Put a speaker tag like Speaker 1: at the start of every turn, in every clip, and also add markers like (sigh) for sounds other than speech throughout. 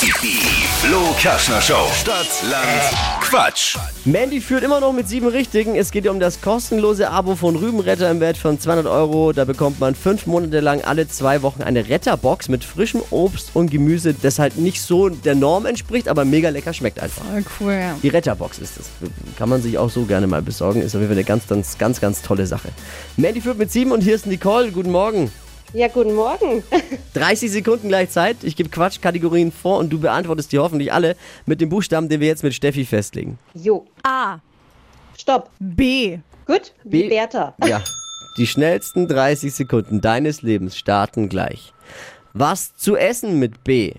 Speaker 1: Die Flo Kaschner Show. Stadt, Land, Quatsch.
Speaker 2: Mandy führt immer noch mit sieben Richtigen. Es geht um das kostenlose Abo von Rübenretter im Wert von 200 Euro. Da bekommt man fünf Monate lang alle zwei Wochen eine Retterbox mit frischem Obst und Gemüse, das halt nicht so der Norm entspricht, aber mega lecker schmeckt einfach.
Speaker 3: Voll Ah, cool, ja.
Speaker 2: Die Retterbox ist es. Kann man sich auch so gerne mal besorgen. Ist auf jeden Fall eine ganz, ganz, ganz, ganz tolle Sache. Mandy führt mit sieben und hier ist Nicole. Guten Morgen.
Speaker 4: Ja, guten Morgen. (laughs)
Speaker 2: 30 Sekunden gleich Zeit. Ich gebe Quatschkategorien vor und du beantwortest die hoffentlich alle mit dem Buchstaben, den wir jetzt mit Steffi festlegen.
Speaker 4: Jo,
Speaker 3: A.
Speaker 4: stopp.
Speaker 3: B.
Speaker 4: Gut,
Speaker 2: B-
Speaker 4: wie Bertha.
Speaker 2: Ja. Die schnellsten 30 Sekunden deines Lebens starten gleich. Was zu essen mit B?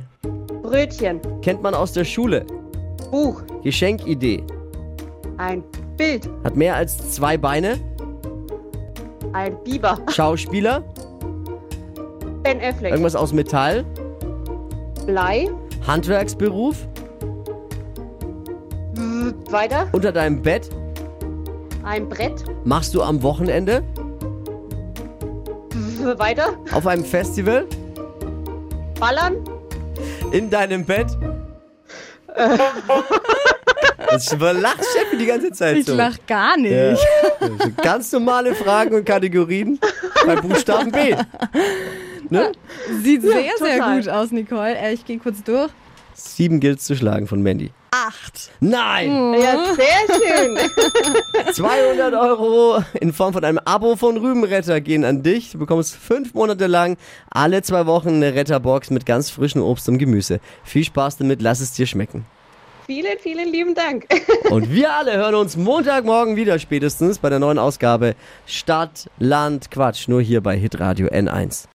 Speaker 4: Brötchen,
Speaker 2: Kennt man aus der Schule.
Speaker 4: Buch,
Speaker 2: Geschenkidee.
Speaker 4: ein Bild,
Speaker 2: Hat mehr als zwei Beine.
Speaker 4: ein Biber, (laughs)
Speaker 2: Schauspieler.
Speaker 4: Ben Affleck,
Speaker 2: Irgendwas aus Metall.
Speaker 4: Blei,
Speaker 2: Handwerksberuf.
Speaker 4: weiter,
Speaker 2: Unter deinem Bett.
Speaker 4: ein Brett,
Speaker 2: Machst du am Wochenende.
Speaker 4: weiter,
Speaker 2: Auf einem Festival.
Speaker 4: ballern,
Speaker 2: In deinem Bett. Jetzt lacht Steffi die ganze Zeit
Speaker 3: Ich
Speaker 2: so.
Speaker 3: lach gar nicht.
Speaker 2: Ja. Also Ganz normale Fragen und Kategorien bei Buchstaben B. Ne?
Speaker 3: Sieht sehr, sehr
Speaker 4: total.
Speaker 3: gut aus, Nicole. Äh, ich gehe kurz durch.
Speaker 2: Sieben gilt's zu schlagen von Mandy.
Speaker 3: Acht.
Speaker 2: Nein!
Speaker 4: Ja, sehr schön. (laughs)
Speaker 2: 200 Euro in Form von einem Abo von Rübenretter gehen an dich. Du bekommst fünf Monate lang alle zwei Wochen eine Retterbox mit ganz frischem Obst und Gemüse. Viel Spaß damit, lass es dir schmecken.
Speaker 4: vielen, vielen lieben Dank.
Speaker 2: Und wir alle hören uns Montagmorgen wieder spätestens bei der neuen Ausgabe Stadt, Land, Quatsch. Nur hier bei Hitradio N1.